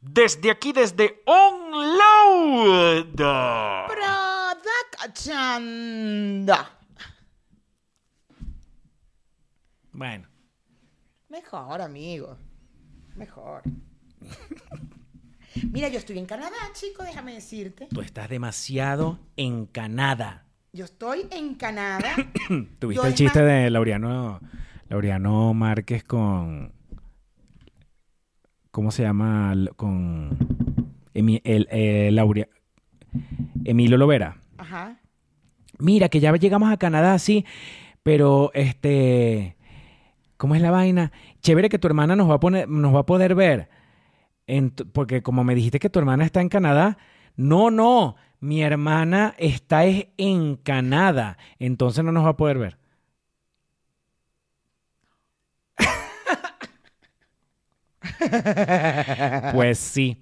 desde aquí, desde Onload. Production. Bueno. Mejor, amigo. Mejor. Mira, yo estoy en Canadá, chico, déjame decirte. Tú estás demasiado en Canadá. Yo estoy en Canadá. Tuviste Yo el es chiste más- de Laureano, Laureano Márquez con. ¿Cómo se llama? L- Con. Emi- el, eh, Laurea- Emilio Lovera. Ajá. Mira, que ya llegamos a Canadá, sí, pero este. ¿Cómo es la vaina? Chévere que tu hermana nos va a, poner, nos va a poder ver. Ent- porque como me dijiste que tu hermana está en Canadá, no, no, mi hermana está es en Canadá, entonces no nos va a poder ver. pues sí.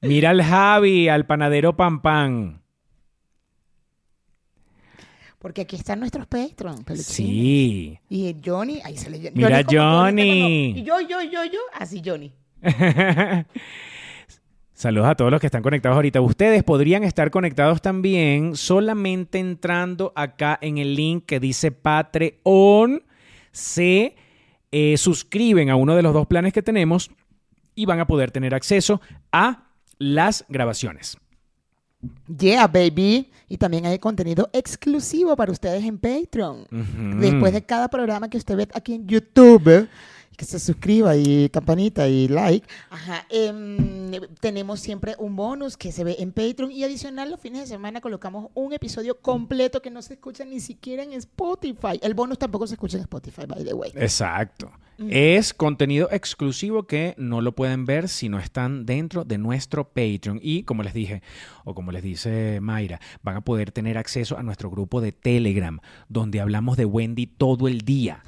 Mira al Javi, al panadero Pan Pan. Porque aquí están nuestros Patreon. peluchines. Sí. Y el Johnny, ahí se le Mira, como Johnny. ahorita cuando- Y yo, yo, yo, yo, así Johnny. Saludos a todos los que están conectados ahorita. Ustedes podrían estar conectados también solamente entrando acá en el link que dice Patreon. Se eh, suscriben a uno de los dos planes que tenemos y van a poder tener acceso a las grabaciones. Yeah, baby. Y también hay contenido exclusivo para ustedes en Patreon. Ujú. Después de cada programa que usted ve aquí en YouTube, que se suscriba y campanita y like, ajá, em, tenemos siempre un bonus que se ve en Patreon y adicional los fines de semana colocamos un episodio completo que no se escucha ni siquiera en Spotify. El bonus tampoco se escucha en Spotify, by the way. Eh, Exacto. Es contenido exclusivo que no lo pueden ver si no están dentro de nuestro Patreon. Y como les dije, o como les dice Mayra, van a poder tener acceso a nuestro grupo de Telegram, donde hablamos de Wendy todo el día.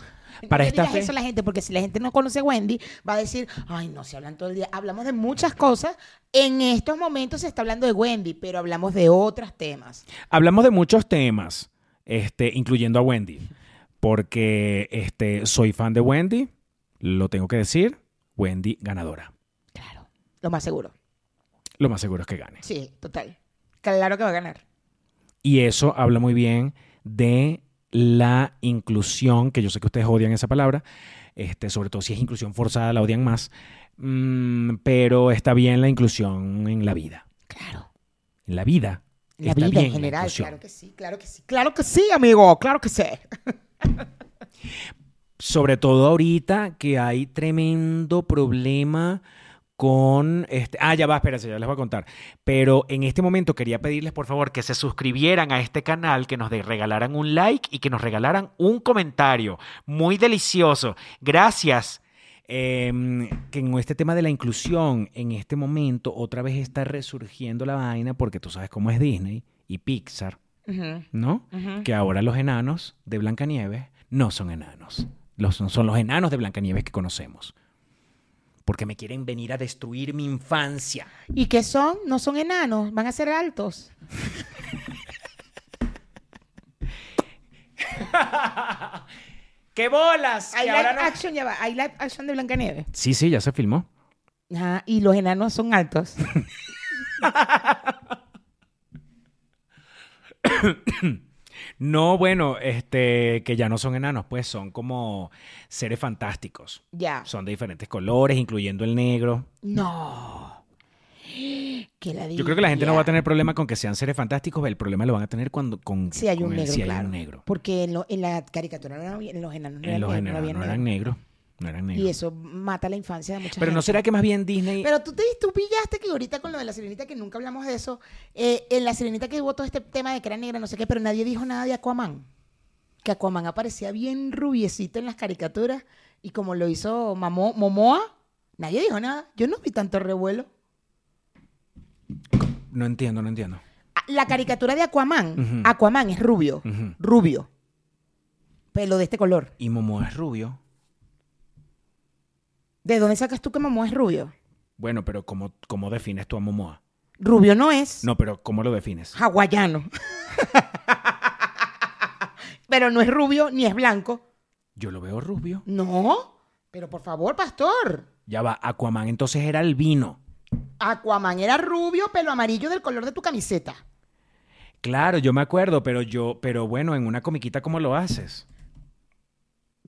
Para no le esta digas fe- eso a la gente, porque si la gente no conoce a Wendy, va a decir, ay, no, se hablan todo el día. Hablamos de muchas cosas. En estos momentos se está hablando de Wendy, pero hablamos de otros temas. Hablamos de muchos temas, este, incluyendo a Wendy, porque este, soy fan de Wendy, lo tengo que decir, Wendy ganadora. Claro. Lo más seguro. Lo más seguro es que gane. Sí, total. Claro que va a ganar. Y eso habla muy bien de la inclusión, que yo sé que ustedes odian esa palabra, este, sobre todo si es inclusión forzada, la odian más, Mm, pero está bien la inclusión en la vida. Claro. En la vida. La está vida bien en general. inclusión. Claro que sí, claro que sí. Claro que sí, amigo. Claro que sí. Sobre todo ahorita que hay tremendo problema con este. Ah, ya va, espérense, ya les voy a contar. Pero en este momento quería pedirles, por favor, que se suscribieran a este canal, que nos de- regalaran un like y que nos regalaran un comentario. Muy delicioso. Gracias. Eh, que en este tema de la inclusión, en este momento, otra vez está resurgiendo la vaina, porque tú sabes cómo es Disney y Pixar, Ujú, ¿no? ujú. que ahora los enanos de Blancanieves no son enanos. Los, son, son los enanos de Blancanieves que conocemos. Porque me quieren venir a destruir mi infancia. ¿Y qué son? No son enanos, van a ser altos. ¡Qué bolas! Hay Que live ahora no- action, ya va. Hay live action de Blancanieves. Sí, sí, ya se filmó. Ajá, y los enanos son altos. No, bueno, este, que ya no son enanos, pues son como seres fantásticos. ya. Son de diferentes colores, incluyendo el negro. No. Que la Yo creo que la gente no va a tener problema con que sean seres fantásticos, el problema lo van a tener cuando con Si hay un con el- negro, si hay claro. un negro. Porque en, lo- en la caricatura no había- en los enanos no, En eran los negros, no enanos había no eran negro. negros. No eran negros. Y eso mata la infancia de mucha Pero no gente. será que más bien Disney. Pero tú te tú pillaste que ahorita con lo de la sirenita, que nunca hablamos de eso, eh, en la sirenita que hubo todo este tema de que era negra, no sé qué, pero nadie dijo nada de Aquaman. Que Aquaman aparecía bien rubiecito en las caricaturas y como lo hizo Mamo- Momoa, nadie dijo nada. Yo no vi tanto revuelo. No entiendo, no entiendo. Ah, La caricatura de Aquaman, Ujú. Aquaman es rubio, Ujú. rubio, pelo de este color. Y Momoa es rubio. ¿De dónde sacas tú que Momoa es rubio? Bueno, pero ¿cómo, cómo defines tú a Momoa? Rubio no es. No, pero ¿cómo lo defines? Hawaiano. Pero no es rubio ni es blanco. Yo lo veo rubio. No. Pero por favor, pastor. Ya va, Aquaman entonces era albino. Aquaman era rubio, pelo amarillo del color de tu camiseta. Claro, yo me acuerdo, pero yo, pero bueno, en una comiquita, ¿cómo lo haces?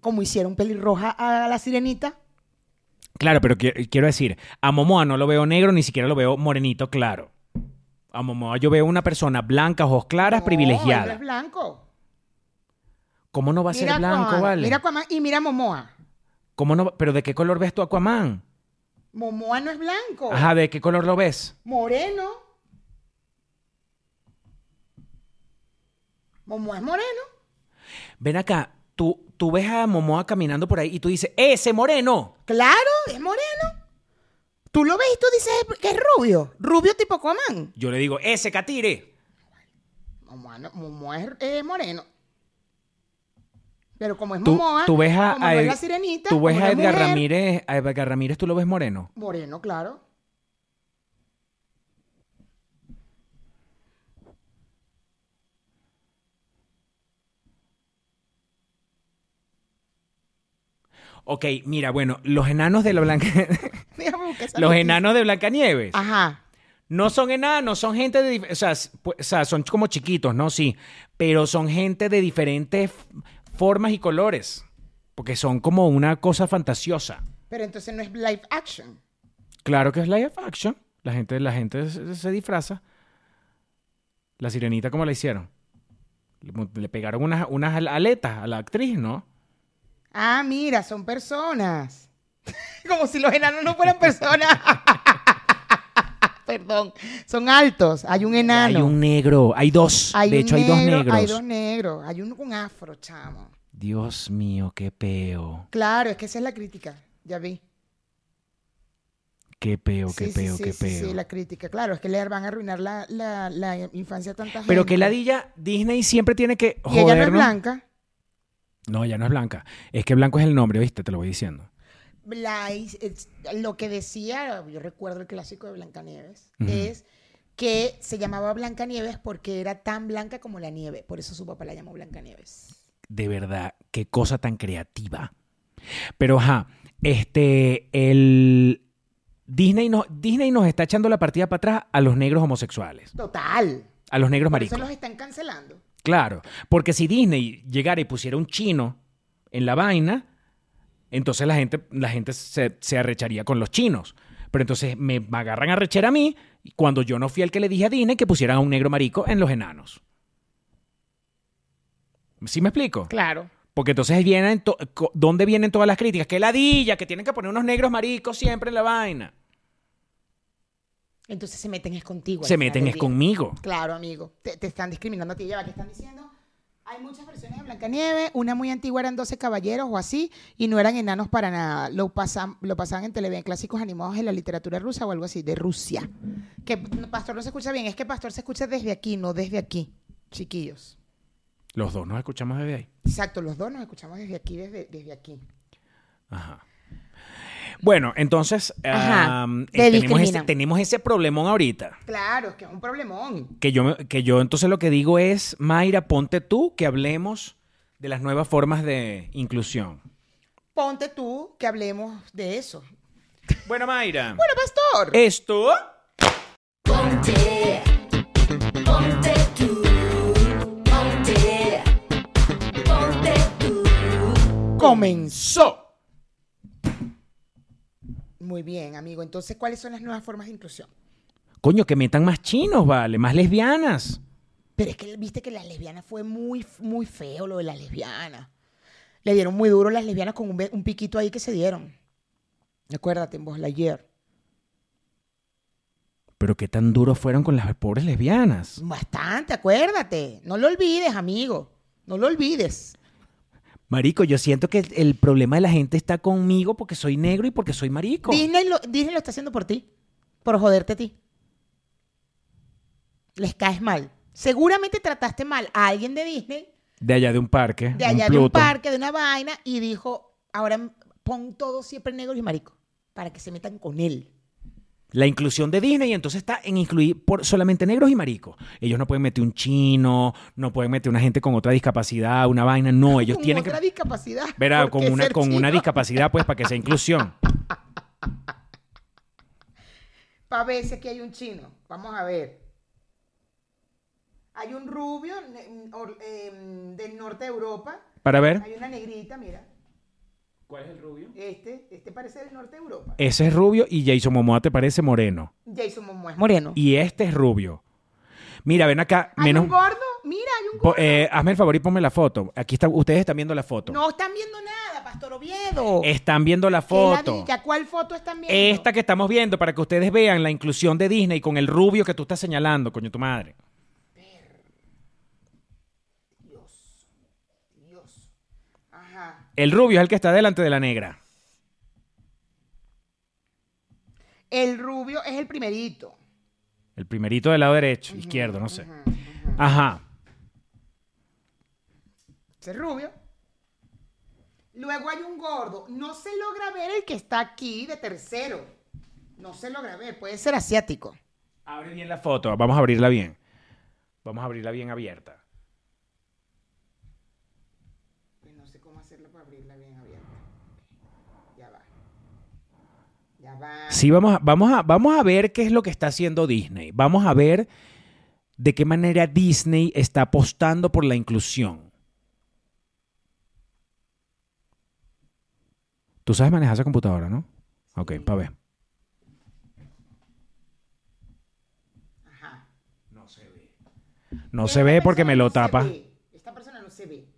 Como hicieron pelirroja a la sirenita. Claro, pero qui- quiero decir, a Momoa no lo veo negro, ni siquiera lo veo morenito, claro. A Momoa yo veo una persona blanca, ojos claras, No, él no privilegiada. es blanco. ¿Cómo no va a ser Mira blanco, Aquaman, vale? Mira Aquaman y mira Momoa. ¿Cómo no? va- ¿Pero de qué color ves tu Aquaman? Momoa no es blanco. Ajá, ¿de qué color lo ves? Moreno. Momoa es moreno. Ven acá, tú, tú ves a Momoa caminando por ahí y tú dices, ¡ese moreno! Claro, es moreno. Tú lo ves y tú dices que es rubio. Rubio tipo Coman. Yo le digo, ¡ese catire! Momoa, no- Momoa es eh, moreno. Pero como es Tú, Momoa, tú ves a, como a no es Ed- la sirenita, tú ves como a no es Edgar mujer, Ramírez, a Edgar Ramírez tú lo ves moreno. Moreno, claro. Ok, mira, bueno, los enanos de la Blanca... Déjame buscar esa los noticia. enanos de Blancanieves. Ajá. No son enanos, son gente de... dif- O sea, s- pu- o sea, son como chiquitos, ¿no? Sí. Pero son gente de diferentes f- formas y colores. Porque son como una cosa fantasiosa. Pero entonces no es live action. Claro que es live action. La gente, la gente se, se disfraza. La sirenita, ¿cómo la hicieron? Le, mon- le pegaron unas, unas al- aletas a la actriz, ¿no? Ah, mira, son personas. Como si los enanos no fueran personas. Perdón. Son altos. Hay un enano. Hay un negro, hay dos. Hay de un hecho, hay dos negro, negros. Hay dos negros. Hay uno con afro, chamo. Dios mío, qué peo. Claro, es que esa es la crítica. Ya vi. Qué peo, Sí, qué sí, peo, sí, qué sí, peo. sí, la crítica. Claro, es que le van a arruinar la, la- la infancia a tanta gente. Pero que ladilla, Disney siempre tiene que Y ella no es jodernos. blanca. No, ella no es blanca. Es que blanco es el nombre, ¿viste? Te lo voy diciendo. La- es- lo que decía, yo recuerdo el clásico de Blancanieves, Ujú. es que se llamaba Blancanieves porque era tan blanca como la nieve. Por eso su papá la llamó Blancanieves. De verdad, qué cosa tan creativa. Pero ajá, este, el Disney nos, Disney nos está echando la partida para atrás a los negros homosexuales, Total. a los negros Por eso maricos. los están cancelando. Claro, porque si Disney llegara y pusiera un chino en la vaina, entonces la gente, la gente se, se arrecharía con los chinos. Pero entonces me agarran a arrechar a mí cuando yo no fui el que le dije a Disney que pusieran a un negro marico en los enanos. ¿Sí me explico? Claro. Porque entonces vienen, to- co- ¿dónde vienen todas las críticas? Que ladilla, que tienen que poner unos negros maricos siempre en la vaina. Entonces se meten es contigo. al Se final meten del es día. conmigo. Claro, amigo. Te, te están discriminando a ti. Ya va, que están diciendo? Hay muchas versiones de Blancanieves. Una muy antigua eran 12 caballeros o así. Y no eran enanos para nada. Lo, pasan, lo pasaban en televisión, clásicos animados en la literatura rusa o algo así, de Rusia. Que no, Pastor no se escucha bien. Es que Pastor se escucha desde aquí, no desde aquí. Chiquillos. Los dos nos escuchamos desde ahí. Exacto, los dos nos escuchamos desde aquí, desde, desde aquí. Ajá. Bueno, entonces Ajá, am, eh, te tenemos, ese, discriminan. tenemos ese problemón ahorita. Claro, es que es un problemón. Que yo, me- que yo entonces lo que digo es, Mayra, ponte tú que hablemos de las nuevas formas de inclusión. Ponte tú que hablemos de eso. Bueno, Mayra, Bueno, Pastor. esto... Ponte, ponte tú, ponte, ponte tú. comenzó. Muy bien, amigo. Entonces, ¿cuáles son las nuevas formas de inclusión? Coño, que metan más chinos, vale, más lesbianas. Pero es que viste que las lesbianas fue muy, muy feo lo de las lesbianas. Le dieron muy duro las lesbianas con un, be- un piquito ahí que se dieron. Acuérdate, en voz ayer. Pero qué tan duros fueron con las pobres lesbianas. Bastante, acuérdate. No lo olvides, amigo. No lo olvides. Marico, yo siento que el, el problema de la gente está conmigo porque soy negro y porque soy marico. Disney lo, Disney lo está haciendo por ti. Por joderte a ti. Les caes mal. Seguramente trataste mal a alguien de Disney De allá de un parque. de allá de un Pluto. parque, de una vaina, y dijo, ahora pon todos siempre negros y marico, para que se metan con él. La inclusión de Disney entonces está en incluir por solamente negros y maricos. Ellos no pueden meter un chino, no pueden meter una gente con otra discapacidad, una vaina, no, ellos con tienen otra que discapacidad. verá ¿por con qué una ser con una chino? discapacidad pues para que sea inclusión. Para ver si aquí hay un chino. Vamos a ver. Hay un rubio ne- mm, or- em, del norte de Europa. Para ver. Hay una negrita, mira. ¿Cuál es el rubio? Este, este parece del norte de Europa. Ese es rubio y Jason Momoa te parece moreno. Jason Momoa es moreno. Y este es rubio. Mira, ven acá. Hay menos, un gordo, mira, hay un po- gordo. eh, hazme el favor y ponme la foto. Aquí está, ustedes están viendo la foto. no están viendo nada, Pastor Oviedo. Están viendo la Qué foto. ladilla, ¿Cuál foto están viendo? Esta que estamos viendo para que ustedes vean la inclusión de Disney con el rubio que tú estás señalando, coño tu madre. Dios, Dios. Ajá. El rubio es el que está delante de la negra. El rubio es el primerito. El primerito del lado derecho, izquierdo, no sé. Ajá. Ese es rubio. Luego hay un gordo. No se logra ver el que está aquí de tercero. No se logra ver. Puede ser asiático. Abre bien la foto, vamos a abrirla bien. Vamos a abrirla bien abierta. Pues no sé cómo hacerlo para abrirla bien abierta. Ya va. Ya va. Sí, vamos a, vamos, a, vamos a ver qué es lo que está haciendo Disney. Vamos a ver de qué manera Disney está apostando por la inclusión. Tú sabes manejar esa computadora, ¿no? Ok, para ver. Ajá. No se ve. No se ve Esta porque persona me lo no se tapa. ve. Esta persona no se ve.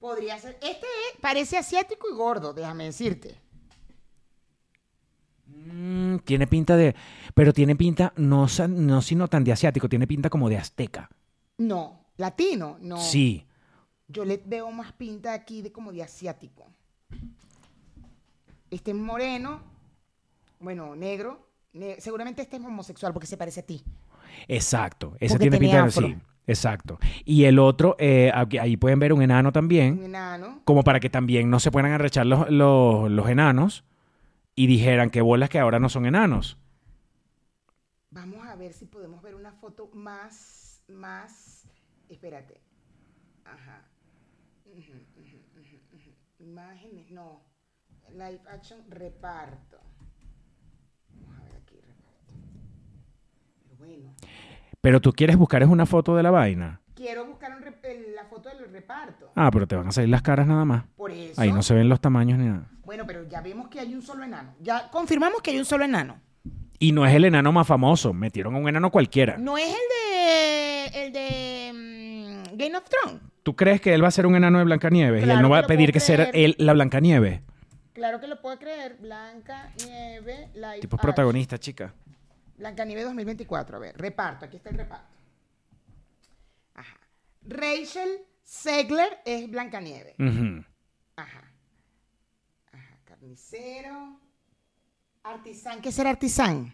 Podría ser. Este es- parece asiático y gordo, déjame decirte. Mm, tiene pinta de... Pero tiene pinta, no, sa- no sino tan de asiático, tiene pinta como de azteca. No. Latino, no. Sí. Yo le veo más pinta aquí de como de asiático. Este es moreno, bueno, negro. ne- seguramente este es homosexual porque se parece a ti. Exacto, ese Porque tiene tiene pinta de afro. sí, exacto. Y el otro, eh, aquí- ahí pueden ver un enano Un también, enano. como para que también no se puedan arrechar los, los- los enanos y dijeran que bolas que ahora no son enanos. Vamos a ver si podemos ver una foto más, más. Espérate. Ajá. Ujú, ujú, ujú, ujú. Imágenes, no. Live action, reparto. Vamos a ver aquí, reparto. Pero bueno. Pero tú quieres buscar es una foto de la vaina. Quiero buscar un rep- el- la foto del reparto. Ah, pero te van a salir las caras nada más. Por eso. Ahí no se ven los tamaños ni nada. Bueno, pero ya vemos que hay un solo enano. Ya confirmamos que hay un solo enano. Y no es el enano más famoso, metieron a un enano cualquiera. No es el de el de mm, Game of Thrones. ¿Tú crees que él va a ser un enano de Blancanieves y él Claro no va que a lo pedir puedo que sea creer. él la Blancanieves? Claro que lo puedo creer. Blanca Nieve Live Tipo action. protagonista, chica. Blanca Nieve 2024. A ver, reparto. Aquí está el reparto. Ajá. Rachel Segler es Blanca Nieve. Ujú. Ajá. Ajá. Carnicero. Artisán. ¿Qué será artisán?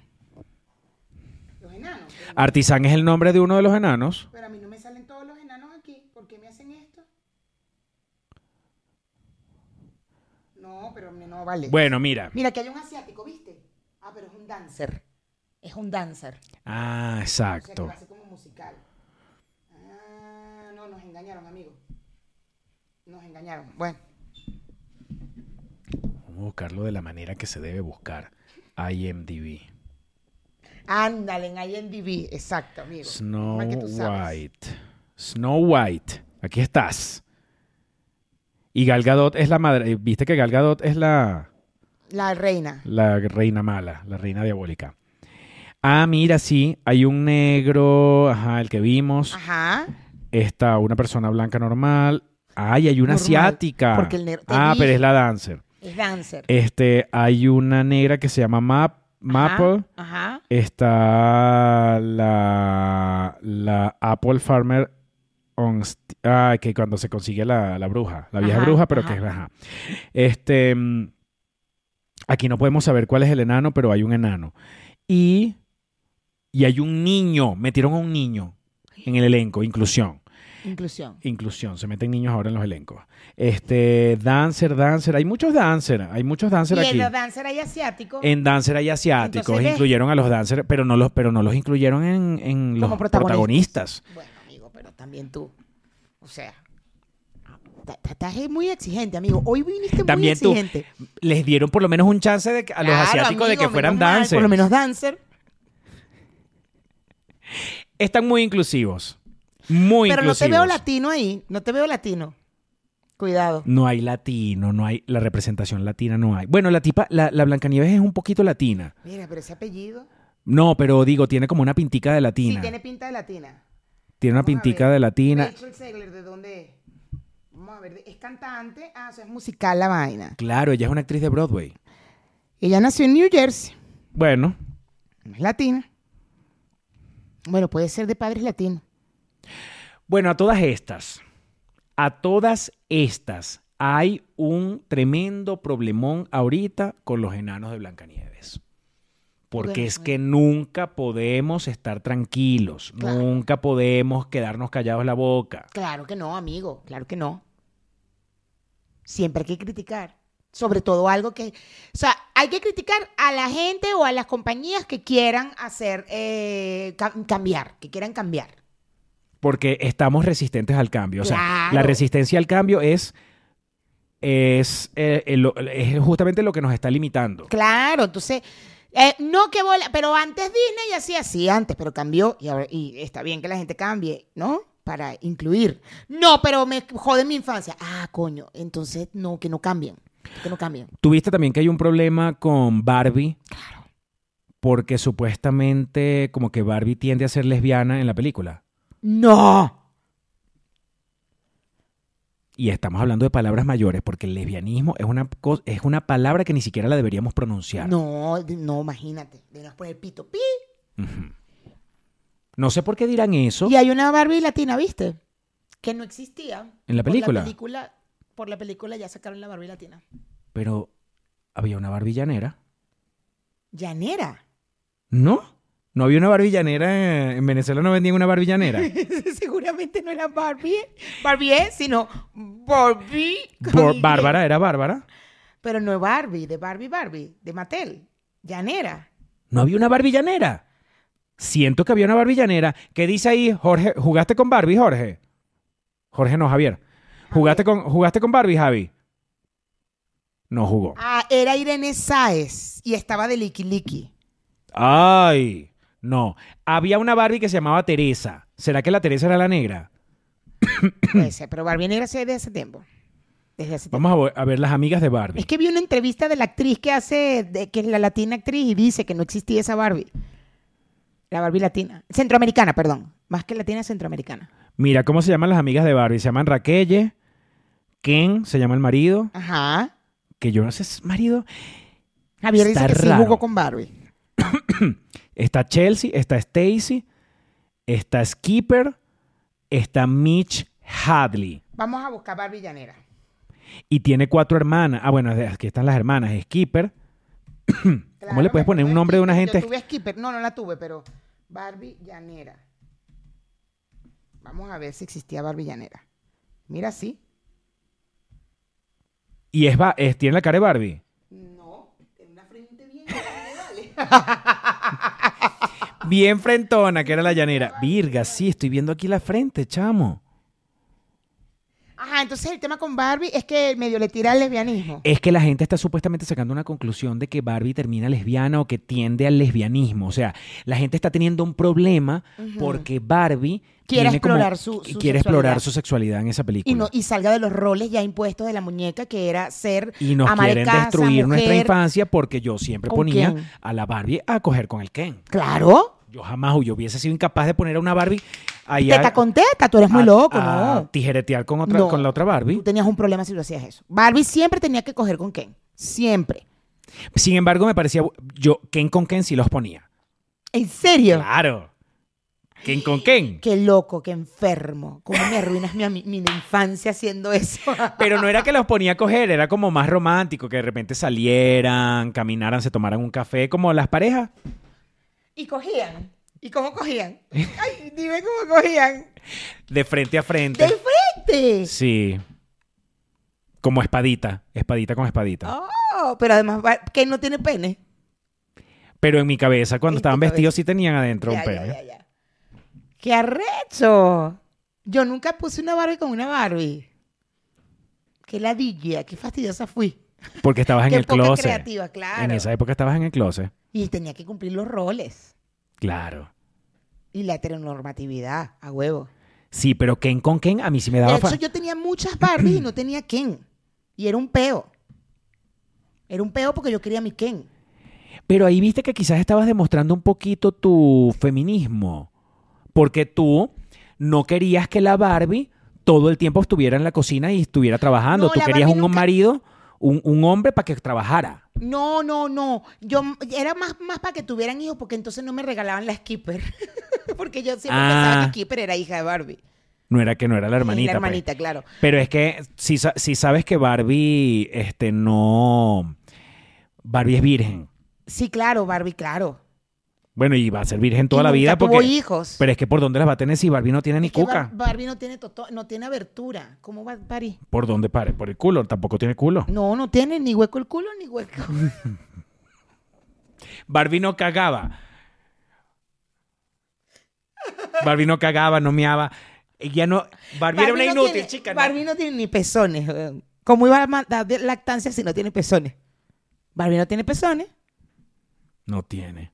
Los enanos. pero- Artisán es el nombre de uno de los enanos. Pero a mí no me salen todos los enanos aquí. ¿Por qué me hacen esto? No, pero me- no vale. Bueno, mira. Mira, que hay un asiático, ¿viste? Ah, pero es un dancer. Es un dancer. Ah, O sea, que exacto. lo hace como musical. Ah, no, nos engañaron, amigo. Nos engañaron. Bueno, Vamos a buscarlo de la manera que se debe buscar. IMDb. ándale en IMDb. Exacto, amigo. Snow Más que tú sabes. White. Snow White. Aquí estás. Y Gal Gadot es la madre. eh, Viste que Gal Gadot es la, La reina. la reina mala, la reina diabólica. Ah, mira, sí. Hay un negro. Ajá, el que Ah. vimos. Ajá. Está una persona blanca normal. Ay, hay una Normal, asiática. porque el negro- te ah, dije. pero es la dancer. Es dancer. Este, hay una negra que se llama Map, Maple. Ajá. Está la, la Apple Farmer on st- ah, que cuando se consigue la, la bruja, la vieja Ajá, bruja, pero que es ajá. ajá. Este mm, aquí no podemos saber cuál es el enano, pero hay un enano. Y y hay un niño, metieron a un niño en el elenco, inclusión. Inclusión. Inclusión, se meten niños ahora en los elencos. Este, dancer, dancer, hay muchos dancer, hay muchos dancer y aquí. el dancer ahí asiático. En dancer hay asiáticos, Entonces, ¿ves? incluyeron a los dancers, pero no los, pero no los incluyeron en, en los Como protagonistas. protagonistas. Bueno, amigo, pero también tú. O sea, Ta- ta- Estás muy exigente, amigo. Hoy viniste También tú. muy exigente. Les dieron por lo menos un chance de que- a los Claro, asiáticos de que amigo, fueran menos mal, dancers. Por lo menos dancer. Están muy inclusivos. Muy Pero no inclusivos. te veo latino ahí. No te veo latino. Cuidado. No hay latino, no hay la representación latina, no hay. Bueno, la tipa, la, la Blancanieves es un poquito latina. Mira, pero ese apellido. No, pero digo, tiene como una pintica de latina. Sí, tiene pinta de latina. Tiene una Vamos a pintica ver. de latina. Rachel Zegler, ¿de dónde es? Vamos a ver, es cantante, ah, o sea, es musical la vaina. Claro, ella es una actriz de Broadway. Ella nació en New Jersey, Bueno, no es latina. Bueno, puede ser de padres latinos. bueno, a todas estas, a todas estas, hay un tremendo problemón ahorita con los enanos de Blancanieves. Porque Bueno, pues. es que nunca podemos estar tranquilos, Claro. nunca podemos quedarnos callados la boca. Claro que no, amigo, claro que no. Siempre hay que criticar. Sobre todo algo que... O sea, hay que criticar a la gente o a las compañías que quieran hacer, eh, cam- cambiar, que quieran cambiar. porque estamos resistentes al cambio. O sea, Claro. la resistencia al cambio es, es, eh, eh, lo- es justamente lo que nos está limitando. Claro, entonces, eh, no que bola, pero antes Disney hacía así antes, pero cambió y, ahora- y está bien que la gente cambie, ¿no? Para incluir. No, pero me jode mi infancia. Ah, coño, entonces no, que no cambien, que no cambien. Tuviste también que hay un problema con Barbie. Claro. Porque supuestamente como que Barbie tiende a ser lesbiana en la película. No. Y estamos hablando de palabras mayores, porque el lesbianismo es una, co- es una palabra que ni siquiera la deberíamos pronunciar. No, de- no, imagínate. Deberías poner pito. pi. No sé por qué dirán eso. Y hay una Barbie latina, ¿viste? Que no existía. ¿En la Por película? la película, por la película ya sacaron la Barbie latina. Pero había una Barbie llanera. Llanera. ¿No? ¿No había una barbillanera? eh, En Venezuela no vendían una barbillanera. Seguramente no era Barbie. Barbie, sino Barbie. con Y. Bárbara, era Bárbara. Pero no es Barbie, de Barbie Barbie, de Mattel. Llanera. ¿No había una barbillanera? Siento que había una barbillanera. ¿Qué dice ahí, Jorge? ¿Jugaste con Barbie, Jorge? Jorge no, Javier. ¿Jugaste con, ¿jugaste con Barbie, Javi? No jugó. Ah, era Irene Sáez y estaba de Liki Liki. ¡Ay! No. Había una Barbie que se llamaba Teresa. ¿Será que la Teresa era la negra? Puede ser, pero Barbie negra se ve desde hace tiempo. Desde hace tiempo. Vamos a vo- a ver las amigas de Es Barbie. que vi una entrevista de la actriz que hace, de- que es la latina actriz, y dice que no existía esa Barbie. La Barbie latina. Centroamericana, perdón. Más que latina, centroamericana. Mira, ¿cómo se llaman las amigas de Barbie? Se llaman Raquelle, Ken, se llama el marido. Ajá. que yo no sé, es marido. Javier Está dice que sí raro. jugó con Barbie. Está Chelsea, está Stacy, está Skipper, está Mitch Hadley. Vamos a buscar Barbie llanera. Y tiene cuatro hermanas. Ah, bueno, aquí están las hermanas. Skipper. ¿Cómo le Claro, puedes me poner acuerdo un nombre de una Skipper. gente? Yo tuve Skipper. No, no la tuve, pero Barbie Llanera. Vamos a ver si existía Barbie Llanera. Mira, sí. Y es, ba- es- tiene la cara de Barbie. No, en una frente bien. Bien frentona, que era la llanera. Virga, sí, estoy viendo aquí la frente, chamo. Ajá, entonces el tema con Barbie es que medio le tira al lesbianismo. Es que la gente está supuestamente sacando una conclusión de que Barbie termina lesbiana o que tiende al lesbianismo. O sea, la gente está teniendo un problema porque Barbie Quiere tiene como- explorar su- su quiere explorar sexualidad. su sexualidad en esa película. Y, no, y salga de los roles ya impuestos de la muñeca que era ser Y nos ama de quieren casa, destruir nuestra mujer. infancia porque yo siempre ¿Con ponía quién? a la Barbie a coger con el Ken. Claro, Yo jamás yo hubiese sido incapaz de poner a una Barbie ahí a, teta con teta, tú eres muy a- loco, a no. tijeretear con, otra, No. con la otra Barbie. Tú tenías un problema si lo hacías eso. Barbie siempre tenía que coger con Ken, siempre. Sin embargo, me parecía... bu- Yo Ken con Ken sí los ponía. ¿En serio? Claro. Ken con Ken. Qué loco, qué enfermo. ¿Cómo me arruinas mi, mi, mi infancia haciendo eso? Pero no era que los ponía a coger, era como más romántico, que de repente salieran, caminaran, se tomaran un café, como las parejas. y cogían. ¿Y cómo cogían? Ay, dime cómo cogían. De frente a frente. ¡De frente! Sí. Como espadita, espadita con espadita. Oh, pero además, va- que no tiene pene. Pero en mi cabeza, cuando En tu estaban cabeza. vestidos, sí tenían adentro Ya, un ya, pene. ya, ya. ¡Qué arrecho! Yo nunca puse una Barbie con una Barbie. Qué ladilla, qué fastidiosa fui. Porque estabas en qué el poca closet. creativa, claro. En esa época estabas en el closet. Y tenía que cumplir los roles Claro. y la heteronormatividad, a huevo. Sí, pero Ken con Ken a mí sí me De daba hecho, fa- yo tenía muchas Barbies y no tenía Ken. Y era un peo. Era un peo porque yo quería mi Ken. Pero ahí viste que quizás estabas demostrando un poquito tu feminismo. Porque tú no querías que la Barbie todo el tiempo estuviera en la cocina y estuviera trabajando. No, tú la querías un Barbie nunca- marido, un, un hombre para que trabajara. No, no, no. Yo era más, más para que tuvieran hijos porque entonces no me regalaban la Skipper. porque yo siempre Ah. pensaba que Skipper era hija de Barbie. No era que no era la Y hermanita. la pues. hermanita, claro. Pero es que si, sa- si sabes que Barbie, este, no... Barbie es virgen. Sí, claro, Barbie, claro. Bueno, y va a ser virgen toda Y la nunca vida tuvo porque... hijos. Pero es que por dónde las va a tener si Barbie no tiene ni Es que cuca. Bar- Barbie no tiene totó- no tiene abertura. ¿Cómo va Barbie? ¿Por dónde pare? Por el culo. Tampoco tiene culo. No, no tiene ni hueco el culo ni hueco. Barbie no cagaba. Barbie no cagaba, no meaba. Ella no. Barbie, era una no inútil, tiene- chica. ¿no? Barbie no tiene ni pezones. weón. ¿Cómo iba a ma- dar de lactancia si no tiene pezones? Barbie no tiene pezones. No tiene.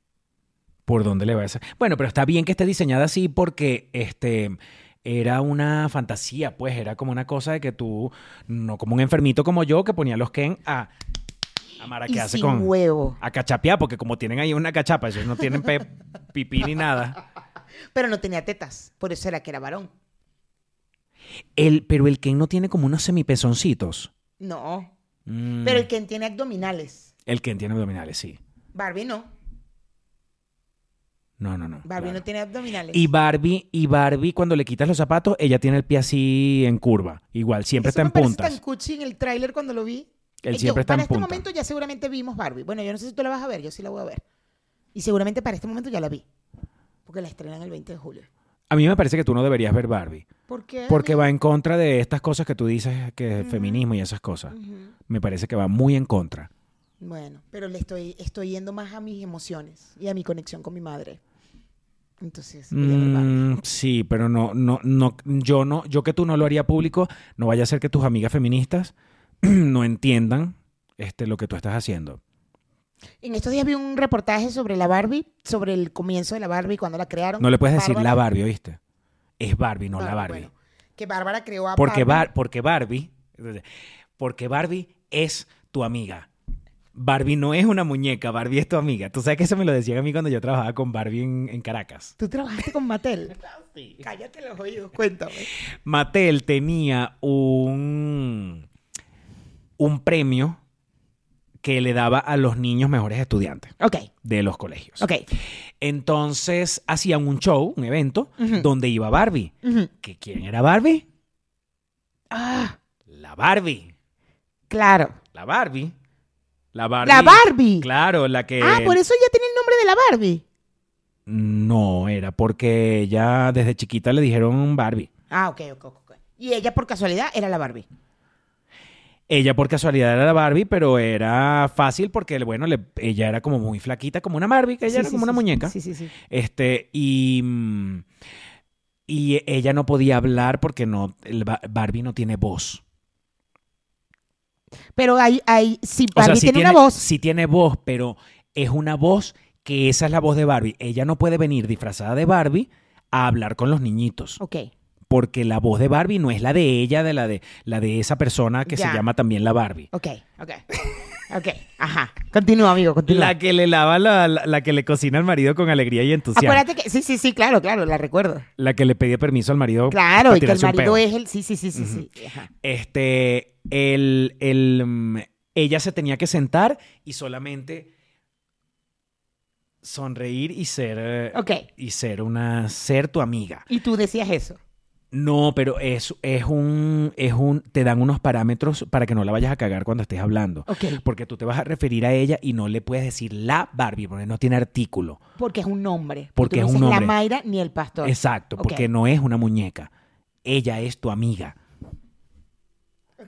¿Por dónde le va a hacer? Bueno, pero está bien que esté diseñada así porque este era una fantasía, pues era como una cosa de que tú, no como un enfermito como yo que ponía los Ken a, a Y maraquearse sin Ah, con. huevo. A cachapear, porque como tienen ahí una cachapa, ellos no tienen pe- pipí ni nada. Pero no tenía tetas. Por eso era que era varón. El, pero el Ken no tiene como unos semipezoncitos. No. Mm. Pero el que tiene abdominales. El que tiene abdominales, sí. Barbie no. No, no, no. Barbie claro. no tiene abdominales. Y Barbie, y Barbie, cuando le quitas los zapatos, ella tiene el pie así en curva. Igual, siempre Eso está en me parece puntas. tan cuchi en el tráiler cuando lo vi. Él Eh, siempre yo- está para en este punta. momento ya seguramente vimos Barbie. Bueno, yo no sé si tú la vas a ver, yo sí la voy a ver. Y seguramente para este momento ya la vi. Porque la estrenan el 20 de julio. A mí me parece que tú no deberías ver Barbie. ¿Por qué? Porque amigo? va en contra de estas cosas que tú dices, que es Ujú. feminismo y esas cosas. Ujú. Me parece que va muy en contra. Bueno, pero le estoy, estoy yendo más a mis emociones y a mi conexión con mi madre. Entonces, voy a ver Barbie. Mm, sí, pero no, no, no, yo no, yo que tú no lo haría público, no vaya a ser que tus amigas feministas no entiendan este, lo que tú estás haciendo. en estos días vi un reportaje sobre la Barbie, sobre el comienzo de la Barbie, cuando la crearon. No le puedes decir la Bárbara- Barbie, ¿oíste? Es Barbie, no la Barbie. Ah, bueno, que Bárbara creó a Porque, Barbie. Bar- porque Barbie. Porque Barbie es tu amiga. Barbie no es una muñeca, Barbie es tu amiga. Tú sabes que eso me lo decían a mí cuando yo trabajaba con Barbie en, en Caracas. Tú trabajaste con Mattel. Cállate los oídos, cuéntame. Mattel tenía un, un premio que le daba a los niños mejores estudiantes Ok, de los colegios. ok. Entonces hacían un show, un evento, Ujú. donde iba Barbie. Ujú. ¿Que quién era Barbie? Ah, La Barbie. claro. La Barbie. La Barbie. eh. La Barbie. Claro, la que. Ah, por eso ya tiene el nombre de la Barbie. No, era porque ella desde chiquita le dijeron Barbie. Ah, ok, ok, ok. ok. Y ella por casualidad era la Barbie. Ella por casualidad era la Barbie, pero era fácil porque, bueno, le- ella era como muy flaquita, como una Barbie, que ella Sí, era sí, como una sí, muñeca. Sí, sí, sí. Este, y. mm, Y ella no podía hablar porque no, el Ba- Barbie no tiene voz. Pero hay, hay, si O sea, Barbie sí tiene, una voz. Sí tiene voz, pero es una voz que esa es la voz de Barbie. Ella no puede venir disfrazada de Barbie a hablar con los niñitos. Ok. porque la voz de Barbie no es la de ella, de la de la de esa persona que Ya. se llama también la Barbie. Ok, ok. Ok, ajá. Continúa, amigo, continúa. La que le lava la, la- la que le cocina al marido con alegría y entusiasmo. Acuérdate que. Sí, sí, sí, claro, claro, la recuerdo. La que le pedía permiso al marido. Claro, para y que el tirarse un marido peo. es el. Sí, sí, sí, sí, sí. Ajá. Este, el, el, mm, ella se tenía que sentar y solamente sonreír y ser eh, Ok. y ser una ser tu amiga. Y tú decías eso. No, pero es es un es un te dan unos parámetros para que no la vayas a cagar cuando estés hablando. Ok. Porque tú te vas a referir a ella y no le puedes decir la Barbie, porque no tiene artículo. Porque es un nombre. Porque Tú no es un dices nombre. La Mayra ni el pastor. Exacto, Ok. porque no es una muñeca. Ella es tu amiga.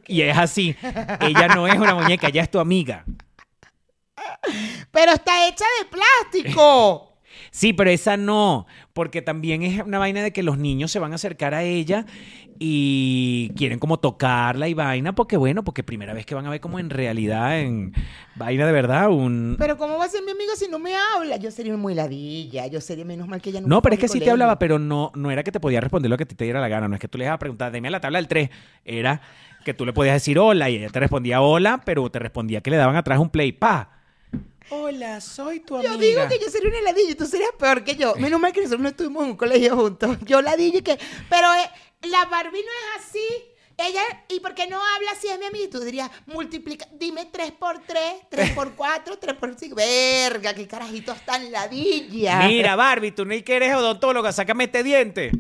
Y es así. Ella no es una muñeca, ella es tu amiga. Pero está hecha de plástico. Sí, pero esa no, porque también es una vaina de que los niños se van a acercar a ella y quieren como tocarla y vaina, porque bueno, porque primera vez que van a ver como en realidad, en vaina de verdad, un... Pero ¿cómo va a ser mi amiga si no me habla? Yo sería muy ladilla, yo sería menos mal que ella nunca No, pero fue es que a mi sí te colegio. hablaba, pero no, no era que te podía responder lo que a ti te diera la gana, no es que tú le ibas a preguntar, deme la tabla del 3, era que tú le podías decir hola y ella te respondía hola, pero te respondía que le daban atrás un play, pa. Hola, soy tu Yo digo que yo sería una ladilla y tú serías peor que yo. Eh. Menos mal que nosotros no estuvimos en un colegio juntos. Yo ladilla y que... Pero eh, la Barbie no es así. Ella, ¿y por qué no habla si es mi amiga? Y tú dirías, multiplica, dime 3 por 3, 3 por 4, 3 por 5. Verga, qué carajitos tan ladilla. Mira, Barbie, tú ni que eres odontóloga, sácame este diente.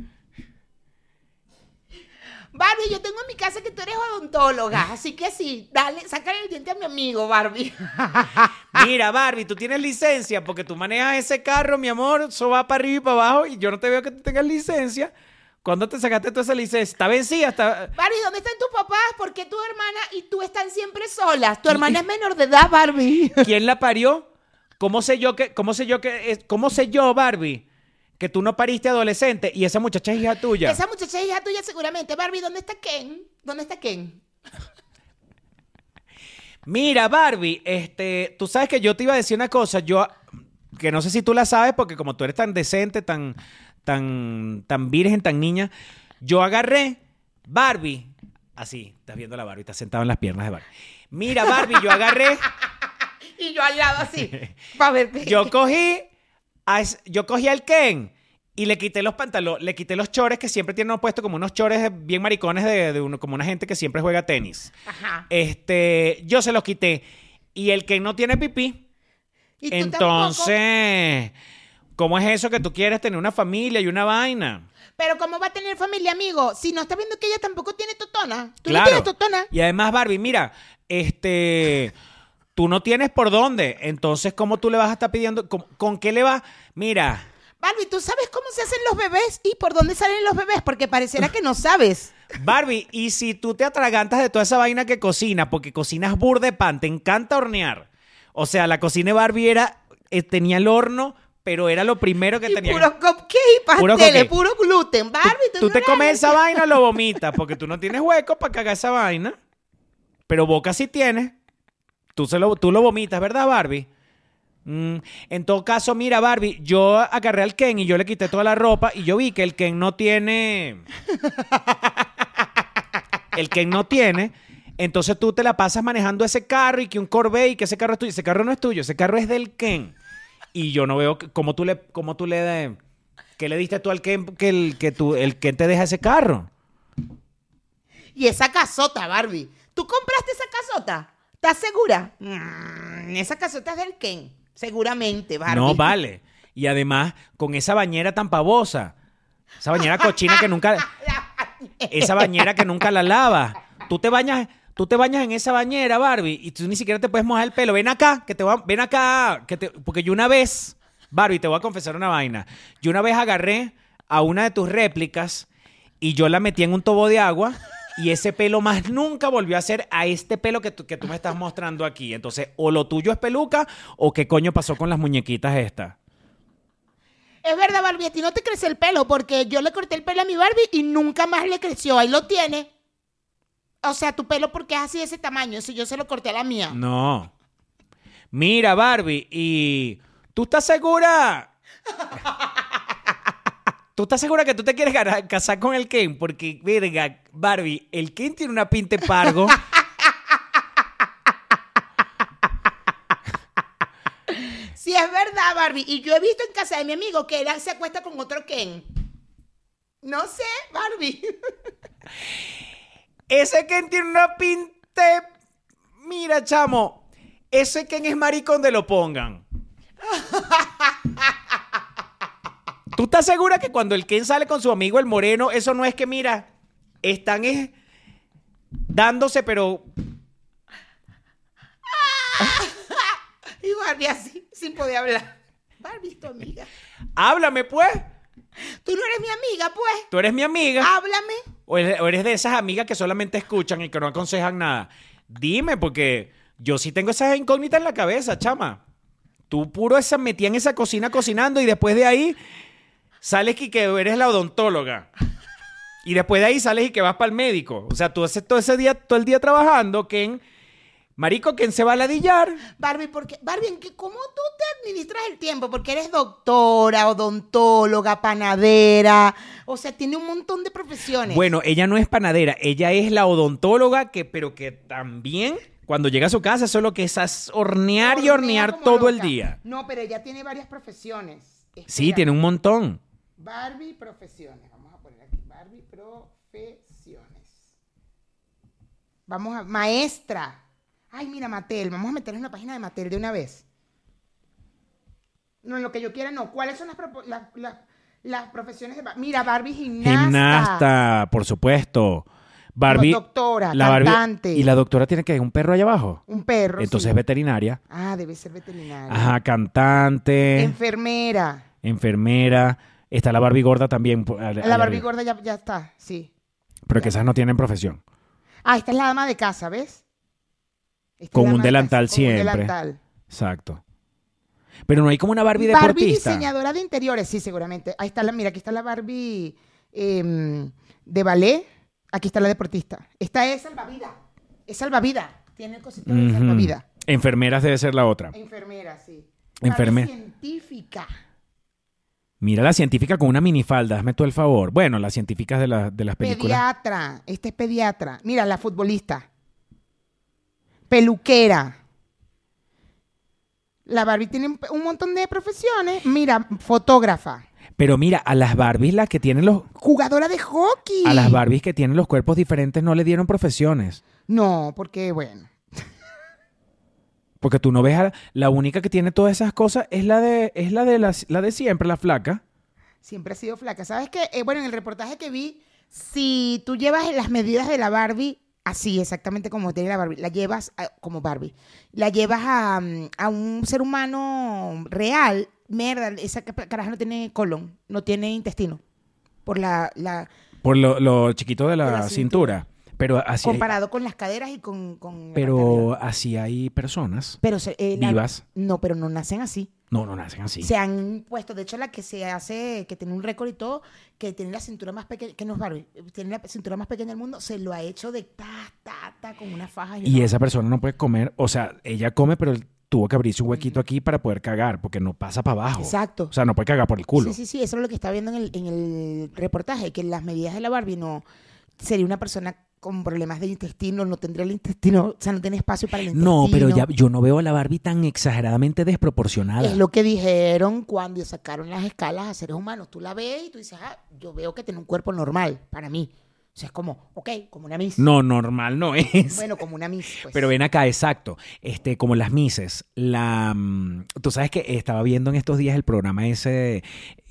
Barbie, yo tengo en mi casa que tú eres odontóloga, así que sí, dale, sácale el diente a mi amigo, Barbie. Ah. Mira, Barbie, tú tienes licencia porque tú manejas ese carro, mi amor, eso va para arriba y para abajo y yo no te veo que tú tengas licencia. ¿Cuándo te sacaste tú esa licencia? Está vencida, está... Barbie, ¿dónde están tus papás? ¿Por qué tu hermana y tú están siempre solas? Tu hermana es menor de edad, Barbie. ¿Quién la parió? ¿Cómo sé yo que, cómo sé yo que, es- cómo sé yo, Barbie, que tú no pariste adolescente y esa muchacha es hija tuya? Esa muchacha es hija tuya seguramente. Barbie, ¿dónde está Ken? ¿Dónde está Ken? Mira, Barbie, este, tú sabes que yo te iba a decir una cosa, yo que no sé si tú la sabes porque como tú eres tan decente, tan tan tan virgen, tan niña, yo agarré Barbie, así, estás viendo a la Barbie, estás sentado en las piernas de Barbie. Mira, Barbie, yo agarré, Y yo al lado así, para ver qué. yo cogí a es- yo cogí al Ken y le quité los pantalones, le quité los chores que siempre tienen puesto como unos chores bien maricones de, de uno, como una gente que siempre juega tenis. Ajá. Este, yo se los quité y el Ken no tiene pipí. Y tú tampoco. Entonces, ¿cómo es eso que tú quieres tener una familia y una vaina? Pero ¿cómo va a tener familia, amigo? Si no está viendo que ella tampoco tiene totona. ¿Tú no Claro. tienes totona? Y además, Barbie, mira, este, tú no tienes por dónde. Entonces, ¿cómo tú le vas a estar pidiendo? ¿Con, con qué le vas? Mira, Barbie, ¿tú sabes cómo se hacen los bebés y por dónde salen los bebés? Porque pareciera que no sabes. Barbie, y si tú te atragantas de toda esa vaina que cocinas, porque cocinas burde pan, te encanta hornear. O sea, la cocina de Barbie era, eh, tenía el horno, pero era lo primero que Y tenía. puro cupcake, Puro pasteles, cupcake. puro, gluten. Barbie, tú, tú no te eres comes esa vaina, lo vomitas, porque tú no tienes hueco para cagar esa vaina. Pero boca sí tienes. Tú, se lo, tú lo vomitas, ¿verdad, Barbie? Mm, En todo caso, mira, Barbie, yo agarré al Ken y yo le quité toda la ropa y yo vi que el Ken no tiene. El Ken no tiene. Entonces tú te la pasas manejando ese carro y que un Corvette y que ese carro es tuyo. Ese carro no es tuyo, ese carro es del Ken. Y yo no veo que- cómo tú le, cómo tú le, de- qué le diste tú al Ken que el que tú, el Ken te deja ese carro. Y esa casota, Barbie. ¿Tú compraste esa casota? ¿Estás segura? Mm, esa casota es del Ken. Seguramente, Barbie. No vale. Y además con esa bañera tan pavosa, esa bañera cochina que nunca, esa bañera que nunca la lavas. Tú te bañas, tú te bañas en esa bañera, Barbie, y tú ni siquiera te puedes mojar el pelo. Ven acá, que te va, ven acá, que te, porque yo una vez, Barbie, te voy a confesar una vaina. Yo una vez agarré a una de tus réplicas y yo la metí en un tobo de agua y ese pelo más nunca volvió a ser a este pelo que tú, que tú me estás mostrando aquí. Entonces, o lo tuyo es peluca o qué coño pasó con las muñequitas estas. Es verdad, Barbie, a ti no te crece el pelo porque yo le corté el pelo a mi Barbie y nunca más le creció. Ahí lo tiene. O sea, tu pelo porque es así de ese tamaño. Eso yo se lo corté a la mía. Mm. No. Mira, Barbie, y tú estás segura. ¿Tú estás segura que tú te quieres gara- casar con el Ken? Porque, verga, Barbie, el Ken tiene una pinta de pargo. Sí, es verdad, Barbie. Y yo he visto en casa de mi amigo que él se acuesta con otro Ken. No sé, Barbie. Ese Ken tiene una pinta. de- Mira, chamo, ese Ken es maricón de lo pongan. ¿Tú estás segura que cuando el Ken sale con su amigo el moreno, eso no es que, mira, están es, dándose, pero Y Barbie así, sin poder hablar. Barbie, tu amiga. háblame pues? Tú no eres mi amiga, pues. Tú eres mi amiga. Háblame. O eres, o eres de esas amigas que solamente escuchan y que no aconsejan nada. Dime, porque yo sí tengo esas incógnitas en la cabeza, chama. Tú puro esa, metía en esa cocina cocinando y después de ahí sales y que eres la odontóloga. Y después de ahí sales y que vas para el médico. O sea, tú haces todo ese día, todo el día trabajando, Ken. Marico, ¿quién se va a ladillar? Barbie, porque, Barbie, ¿en qué- ¿cómo tú te administras el tiempo? Porque eres doctora, odontóloga, panadera. O sea, tiene un montón de profesiones. Bueno, ella no es panadera, ella es la odontóloga, que, pero que también cuando llega a su casa, solo que es as- hornear y Hornea hornear como todo el loca. día. No, pero ella tiene varias profesiones. Sí, Espera. tiene un montón. Barbie profesiones. Vamos a poner aquí. Barbie profesiones. Vamos a. Maestra. Ay, mira, Matel. Vamos a meternos en la página de Matel de una vez. No, en lo que yo quiera, no. ¿Cuáles son las, propo- las, las- las profesiones de Barbie? Mira, Barbie gimnasta. Gimnasta, por supuesto. Barbie. No, doctora, la Barbie- cantante. y la doctora tiene que un perro allá abajo. Un perro. Entonces sí. es veterinaria. Ah, debe ser veterinaria. Ajá, eh. cantante, Enfermera. enfermera. Está la Barbie gorda también. por- allá La Barbie arriba. gorda ya, ya está, sí. Pero que esas no tienen profesión. Ah, esta es la dama de casa, ¿ves? Esta es Con la un dama de delantal casa, con un siempre. delantal. Exacto. Pero no hay como una Barbie Barbie deportista. diseñadora de interiores, sí, seguramente. Ahí está la, mira, aquí está la Barbie em, de ballet. Aquí está la deportista. Esta es salvavidas. Es salvavidas. Tiene el cosito de Ujú. salvavidas. Enfermeras debe ser la otra. Enfermera, sí. Enferme- Barbie científica. Mira la científica con una minifalda, hazme tú el favor. Bueno, las científicas de, la- de las películas. Pediatra. Esta es pediatra. Mira, la futbolista. Peluquera. La Barbie tiene un- un montón de profesiones. Mira, fotógrafa. Pero mira, a las Barbies las que tienen los Jugadora de hockey. a las Barbies que tienen los cuerpos diferentes no le dieron profesiones, No, porque bueno. porque tú no ves a la única que tiene todas esas cosas es la de es la de las- la de siempre, la flaca. Siempre ha sido flaca. ¿Sabes qué? Eh, bueno, en el reportaje que vi, si tú llevas las medidas de la Barbie, así exactamente como tiene la Barbie, la llevas a- como Barbie, la llevas a, mm, a un ser humano real, mierda, esa ca- caraja no tiene colon, no tiene intestino. Por la, la- Por lo, lo chiquito de la, De la cintura. cintura. Pero así hay- comparado con las caderas y con... con la parte de pero arriba. así hay personas. Pero se- eh, la- vivas. No, pero no nacen así. No, no nacen así. Se han puesto, de hecho, la que se hace, que tiene un récord y todo, que tiene la cintura más pequeña, que no es Barbie, tiene la cintura más pequeña del mundo, se lo ha hecho de ta, ta, ta, con una faja. Y una- esa persona no puede comer, o sea, ella come, pero tuvo que abrirse un huequito aquí para poder cagar, porque no pasa para abajo. Exacto. O sea, no puede cagar por el culo. Sí, sí, sí, eso es lo que está viendo en el, en el reportaje, que las medidas de la Barbie no sería una persona con problemas de intestino, no tendría el intestino, o sea, no tiene espacio para el intestino. No, pero ya yo no veo a la Barbie tan exageradamente desproporcionada. Es lo que dijeron cuando sacaron las escalas a seres humanos. Tú la ves y tú dices, ah, yo veo que tiene un cuerpo normal para mí. O sea, es como, ok, como una misa. No, normal no es. Bueno, como una Miss, pues. Pero ven acá, exacto. Este, como las Mises, la mm, tú sabes que estaba viendo en estos días el programa ese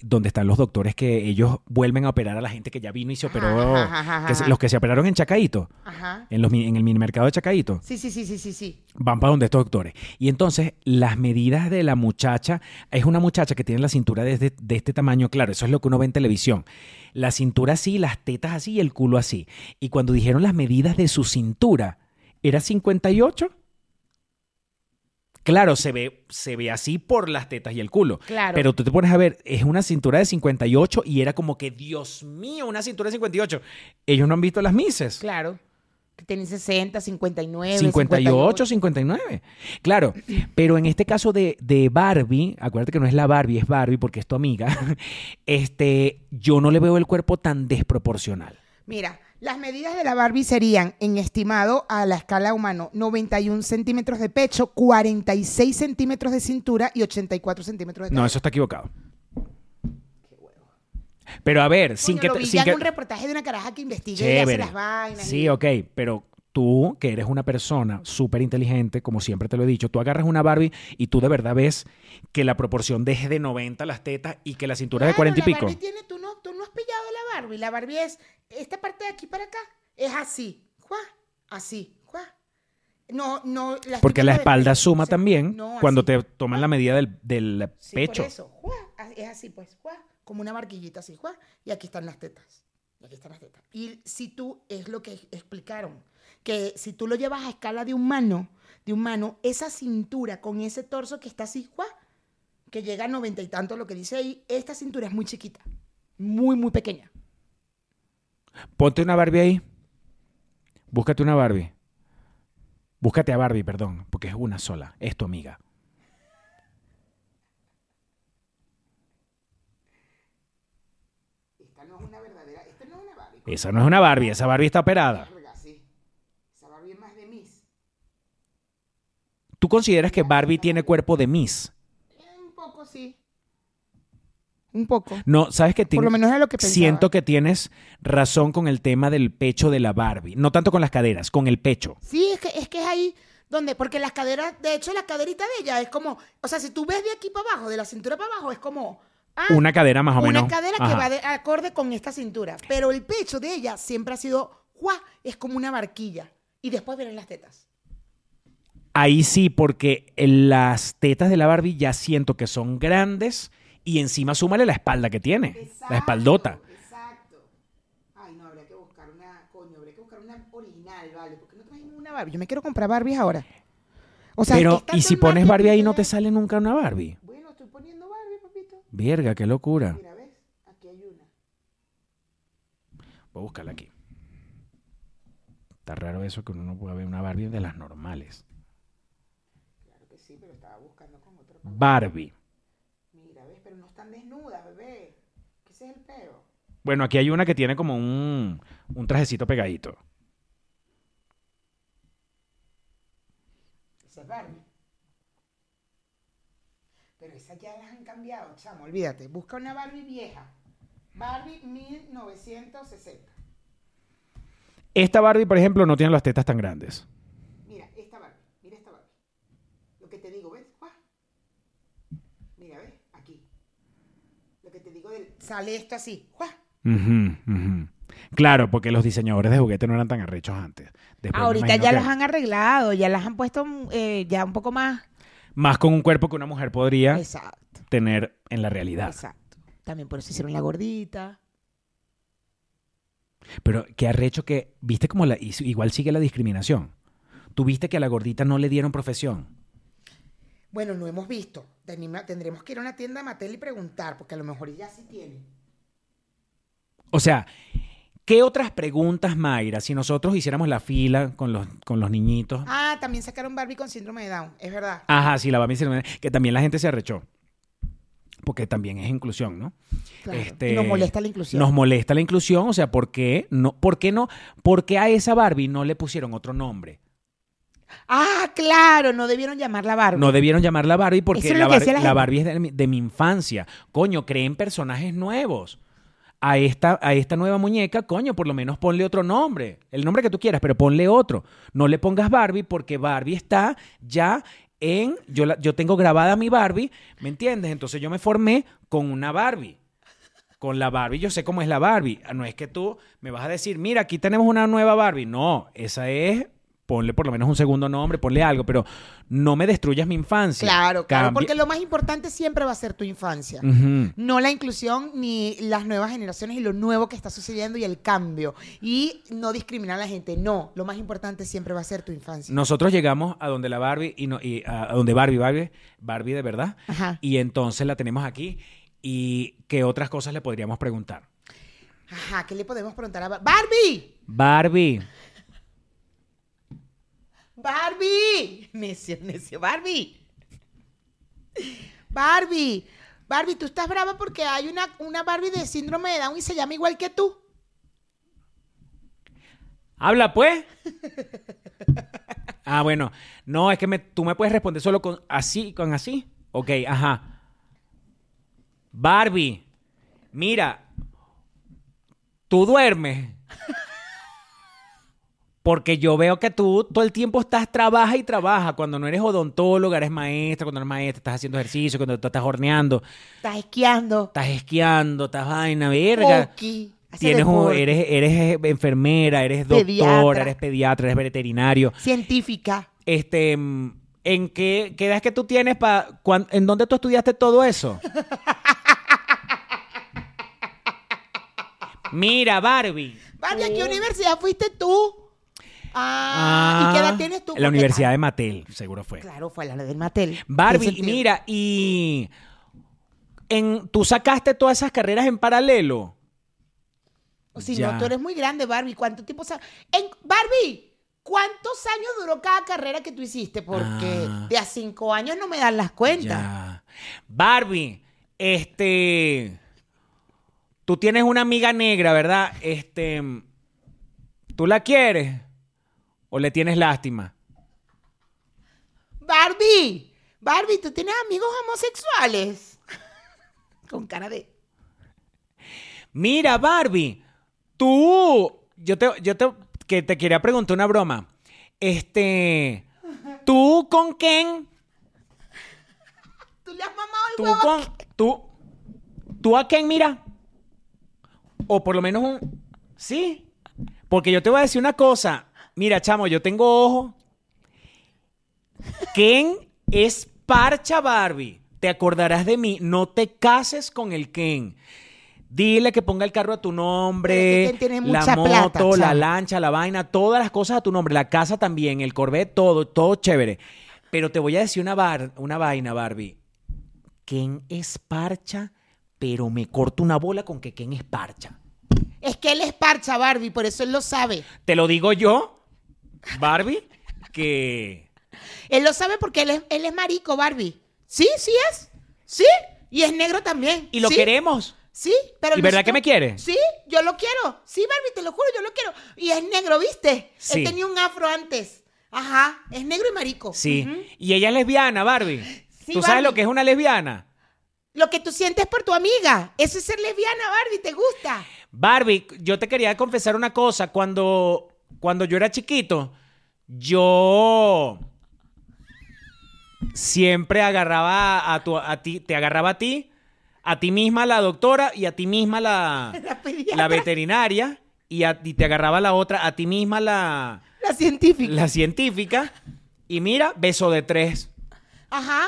donde están los doctores que ellos vuelven a operar a la gente que ya vino y se Ajá, operó, ajá, ajá, ajá, que se- ajá. los que se operaron en Chacaito, Ajá. en los mi- en el minimercado de Chacaito. Sí, sí, sí, sí, sí, sí. van para donde estos doctores. Y entonces las medidas de la muchacha, es una muchacha que tiene la cintura de, este- de este tamaño, claro, eso es lo que uno ve en televisión. La cintura así, las tetas así y el culo así. Y cuando dijeron las medidas de su cintura, ¿era 58? Claro, se ve, se ve así por las tetas y el culo. Claro. Pero tú te pones a ver, es una cintura de 58 y era como que, Dios mío, una cintura de 58. Ellos no han visto las mises. Claro. Que tienen 60, 59, 58, 59. Claro, pero en este caso de, de Barbie, acuérdate que no es la Barbie, es Barbie porque es tu amiga, este, yo no le veo el cuerpo tan desproporcional. Mira, las medidas de la Barbie serían, en estimado a la escala humano, 91 centímetros de pecho, 46 centímetros de cintura y 84 centímetros de No, eso está equivocado. Pero a ver, sin que... lo te- vi sin ya en que- un reportaje de una caraja que investiga y hace Chévere. las vainas. Sí, y- ok, pero tú, que eres una persona súper inteligente, como siempre te lo he dicho, tú agarras una Barbie y tú de verdad ves que la proporción deje de 90 las tetas y que la cintura es de Claro, 40 y la pico. Barbie tiene, tú, no, tú no has pillado la Barbie. La Barbie es, esta parte de aquí para acá, es así, ¡juá! así, ¡juá! No, no. las Porque tetas la no espalda dependen, suma o sea, también no, cuando así. te toman la medida del, del Sí, por pecho. eso, ¡juá! a- es así pues, ¡juá! como una barquillita así, ¡juá! y aquí están las tetas. Y aquí están las tetas. Y si tú, es lo que explicaron, que si tú lo llevas a escala de humano, de humano, esa cintura con ese torso que está así, ¡juá! que llega a noventa y tanto, lo que dice ahí, esta cintura es muy chiquita, muy, muy pequeña. Ponte una Barbie ahí. Búscate una Barbie. Búscate a Barbie, perdón, porque es una sola. Es tu amiga. Esta no es una verdadera, esta no es una Barbie. Esa no es una Barbie, esa Barbie está operada. Verga, sí. Esa Barbie es más de Miss. ¿Tú consideras que Barbie tiene cuerpo de Miss? Eh, Un poco, sí. Un poco. No, sabes que Por lo menos era lo que pensaba. siento que tienes razón con el tema del pecho de la Barbie. No tanto con las caderas, con el pecho. Sí, es que, es que es ahí donde, porque las caderas, de hecho, la caderita de ella es como, o sea, si tú ves de aquí para abajo, de la cintura para abajo, es como ah, Una cadera más o menos. una cadera que Ajá. va de, acorde con esta cintura. Pero el pecho de ella siempre ha sido, ¡guau! Es como una barquilla. Y después vienen las tetas. Ahí sí, porque en las tetas de la Barbie ya siento que son grandes y encima súmale la espalda que tiene, la espaldota. Exacto. Ay, no, habría que buscar una, coño, habría que buscar una original, ¿vale? Porque no trajimos una Barbie. Yo me quiero comprar Barbies ahora. O sea, Pero, ¿y si pones Barbie ahí no te sale nunca una Barbie? Bueno, estoy poniendo Barbie, papito. Verga, qué locura. Mira, ¿ves? Aquí hay una. Voy a buscarla aquí. Está raro eso que uno no pueda ver una Barbie de las normales. Claro que sí, pero estaba buscando con otro. Barbie. Mira, ¿ves? Pero no están desnudas, bebé. ¿Qué ese es el peo? Bueno, aquí hay una que tiene como un, un trajecito pegadito. Esa es Barbie. Pero esas ya las han cambiado, chamo. Olvídate. Busca una Barbie vieja. Barbie 1960. Esta Barbie, por ejemplo, no tiene las tetas tan grandes. Mira, esta Barbie. Mira esta Barbie. Lo que te digo, ¿ves? Guau. Mira, ¿ves? Aquí. Lo que te digo del... Sale esto así. Guau. Ujú, ujú. Claro, porque los diseñadores de juguetes no eran tan arrechos antes. Después me Ahorita imagino ya que las han arreglado, ya las han puesto eh, ya un poco más. Más con un cuerpo que una mujer podría Exacto. tener en la realidad. Exacto. También por eso hicieron la gordita. Pero qué arrecho que, viste como la, y- igual sigue la discriminación. Tú viste que a la gordita no le dieron profesión. Bueno, no hemos visto. Tenima- Tendremos que ir a una tienda de Mattel y preguntar, porque a lo mejor ya sí tiene. O sea, ¿qué otras preguntas, Mayra, si nosotros hiciéramos la fila con los, con los niñitos? Ah, también sacaron Barbie con síndrome de Down, es verdad. Ajá, sí, la Barbie síndrome, que también la gente se arrechó. Porque también es inclusión, ¿no? Claro. Este, Y nos molesta la inclusión. Nos molesta la inclusión, o sea, ¿por qué no? ¿Por qué no? ¿Por qué a esa Barbie no le pusieron otro nombre? Ah, claro, no debieron llamarla Barbie. No debieron llamarla Barbie porque Eso es lo la, que Bar- decía la la gente. Barbie es de mi, de mi infancia. Coño, creen personajes nuevos. A esta, a esta nueva muñeca, coño, por lo menos ponle otro nombre. El nombre que tú quieras, pero ponle otro. No le pongas Barbie porque Barbie está ya en... Yo, la- yo tengo grabada mi Barbie, ¿me entiendes? Entonces yo me formé con una Barbie. Con la Barbie, yo sé cómo es la Barbie. No es que tú me vas a decir, mira, aquí tenemos una nueva Barbie. No, esa es, ponle por lo menos un segundo nombre, ponle algo, pero no me destruyas mi infancia. Claro, claro, Cambia- Mm. porque lo más importante siempre va a ser tu infancia. Ujú. No la inclusión ni las nuevas generaciones y lo nuevo que está sucediendo y el cambio. Y no discriminar a la gente, no. Lo más importante siempre va a ser tu infancia. Nosotros llegamos a donde la Barbie, y, no, y a, a donde Barbie, Barbie, Barbie de verdad, Ajá. y entonces la tenemos aquí. ¿Y qué otras cosas le podríamos preguntar? Ajá, ¿qué le podemos preguntar a Bar- Barbie? Barbie, Barbie. Necio, necio. Barbie. Barbie. Barbie, tú estás brava porque hay una, una Barbie de síndrome de Down y se llama igual que tú. habla pues. Ah, bueno, no, es que me- tú me puedes responder solo con así, con así. Ok, ajá. Barbie, mira, tú duermes. Porque yo veo que tú todo el tiempo estás, trabaja y trabaja. Cuando no eres odontóloga, eres maestra. Cuando eres maestra, estás haciendo ejercicio. Cuando tú estás horneando, Estás esquiando. estás esquiando, estás vaina, verga. Hockey, hace Tienes un- deporte. eres, eres enfermera, eres doctora, Pediatra. eres pediatra, eres veterinario. Científica. Este, mm, ¿en qué, qué edad es que tú tienes para en dónde tú estudiaste todo eso? Mira, Barbie. Barbie, ¿a Oh. qué universidad fuiste tú? Ah, ¿y qué edad tienes tú? La Porque- ah. Universidad de Mattel, seguro fue. Claro, fue la del Mattel. Barbie, Tiene sentido. mira, y en, tú sacaste todas esas carreras en paralelo. O si Ya. no, tú eres muy grande, Barbie. ¿Cuánto tiempo sa- en Barbie, ¿cuántos años duró cada carrera que tú hiciste? Porque Ah. de a cinco años no me dan las cuentas. Ya. Barbie, este. Tú tienes una amiga negra, ¿verdad? Este. ¿Tú la quieres? ¿O le tienes lástima? Barbie, Barbie, ¿tú tienes amigos homosexuales? Con cara de... Mira, Barbie, tú. Yo te, yo te, que te quería preguntar una broma. Este. ¿Tú con quién? ¿Tú le has mamado el ¿Tú huevo? con. ¿Tú, tú a quién mira? O por lo menos un. Sí. Porque yo te voy a decir una cosa. Mira, chamo, yo tengo ojo. Ken es parcha Barbie. Te acordarás de mí. No te cases con el Ken. Dile que ponga el carro a tu Pero nombre, es que Ken tiene la mucha moto, plata, la chamo. lancha, la vaina, todas las cosas a tu nombre, la casa también, el Corvette, todo, todo chévere. Pero te voy a decir una, bar- una vaina, Barbie. Ken es parcha, pero me corto una bola con que Ken es parcha. Es que él es parcha, Barbie, por eso él lo sabe. Te lo digo yo, Barbie, que... Él lo sabe porque él es, él es marico, Barbie. Sí, sí es. Sí. Y es negro también. Y lo Sí, queremos. Sí, pero... ¿Y verdad nosotros- que me quiere? Sí, yo lo quiero. Sí, Barbie, te lo juro, yo lo quiero. Y es negro, ¿viste? Sí. Él tenía un afro antes. Ajá, es negro y marico. Sí. Ujú. Y ella es lesbiana, Barbie. Sí, ¿Tú sabes Barbie. lo que es una lesbiana? Lo que tú sientes por tu amiga. Eso es ser lesbiana, Barbie, ¿te gusta? Barbie, yo te quería confesar una cosa. Cuando, cuando yo era chiquito, yo siempre agarraba a, tu, a ti, te agarraba a ti, a ti misma la doctora y a ti misma la, La pediatra, la la, veterinaria y, a- y te agarraba la otra, a ti misma la, científica. la científica. Y mira, beso de tres. Ajá.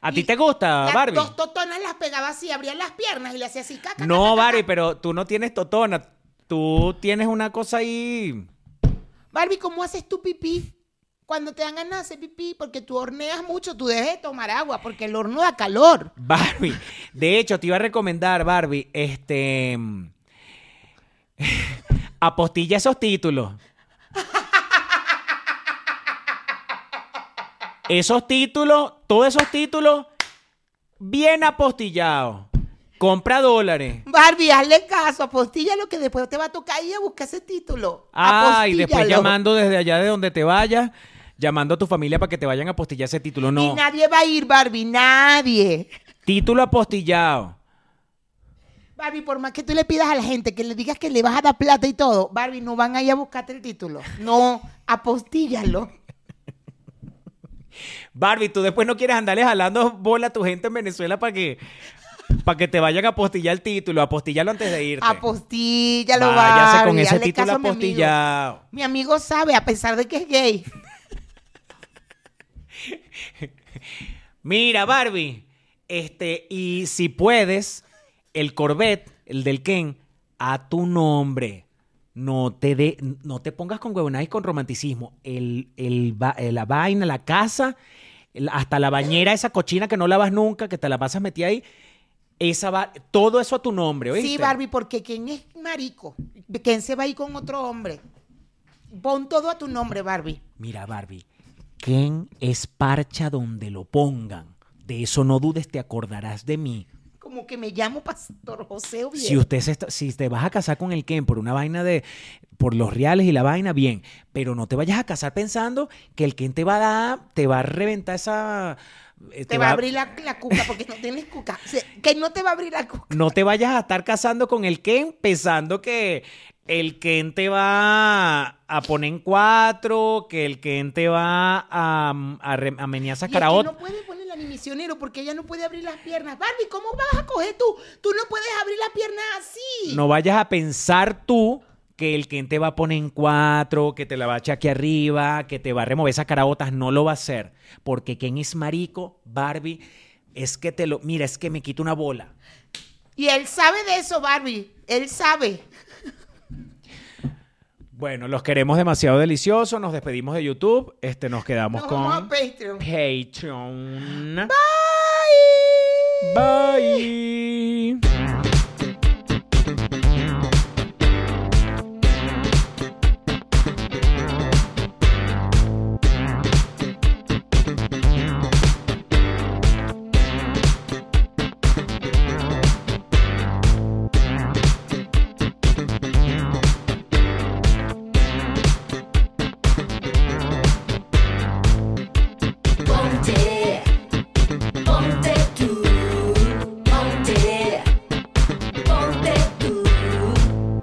¿A ti Y te gusta, Las Ah, Barbie? dos totonas las pegaba así, abrían las piernas y le hacía así caca. caca, No, caca. Barbie, pero tú no tienes totona. Tú tienes una cosa ahí. Barbie, ¿cómo haces tu pipí? Cuando te dan ganas de hacer pipí, porque tú horneas mucho, tú dejes de tomar agua, porque el horno da calor. Barbie. De hecho, te iba a recomendar, Barbie, este. Apostilla esos títulos. Esos títulos, todos esos títulos, bien apostillados. Compra dólares. Barbie, hazle caso, apostíllalo que después te va a tocar ir a buscar ese título. Ah, y después Apostíllalo. llamando desde allá de donde te vayas, llamando a tu familia para que te vayan a apostillar ese título. Y No, nadie va a ir, Barbie, nadie. título apostillado. Barbie, por más que tú le pidas a la gente que le digas que le vas a dar plata y todo, Barbie, no van a ir a buscarte el título. No, apostíllalo. Barbie, tú después no quieres andarle jalando bola a tu gente en Venezuela para que, para que te vayan a apostillar el título, apostillarlo antes de irte. Apostíllalo, Váyase Barbie. con ese hazle título caso a mi amigo. apostillado. Mi amigo sabe, a pesar de que es gay. Mira, Barbie, este, y si puedes, el Corvette, el del Ken, a tu nombre. No te, de- no te pongas con huevonadas y con romanticismo. El, el va- eh, la vaina, la casa, el- hasta la bañera, esa cochina que no lavas nunca, que te la pasas metida ahí. Esa va- todo eso a tu nombre, ¿oíste? Sí, Barbie, porque quien es marico, quien se va a ir con otro hombre. Pon todo a tu nombre, Barbie. Mira, Barbie, Ken es parcha donde lo pongan. De eso no dudes, te acordarás de mí. Como que me llamo Pastor José Oviedo. Si usted se está- si te vas a casar con el Ken por una vaina de por los reales y la vaina bien, pero no te vayas a casar pensando que el Ken te va a dar, te va a reventar esa eh, te va, a abrir la, la cuca porque no tienes cuca. O sea, que no te va a abrir la cuca. No te vayas a estar casando con el Ken pensando que el Ken te va a poner en cuatro, que el Ken te va a, a, re- a menear Y esas es que caraotas. no puede ponerle al misionero porque ella no puede abrir las piernas. Barbie, ¿cómo vas a coger tú? Tú no puedes abrir las piernas así. No vayas a pensar tú que el Ken te va a poner en cuatro, que te la va a echar aquí arriba, que te va a remover esas carabotas. No lo va a hacer. Porque Ken es marico, Barbie. Es que te lo. Mira, es que me quita una bola. Y él sabe de eso, Barbie. Él sabe. Bueno, los queremos demasiado deliciosos. Nos despedimos de YouTube. Este, nos quedamos Nos con vamos a Patreon. Patreon.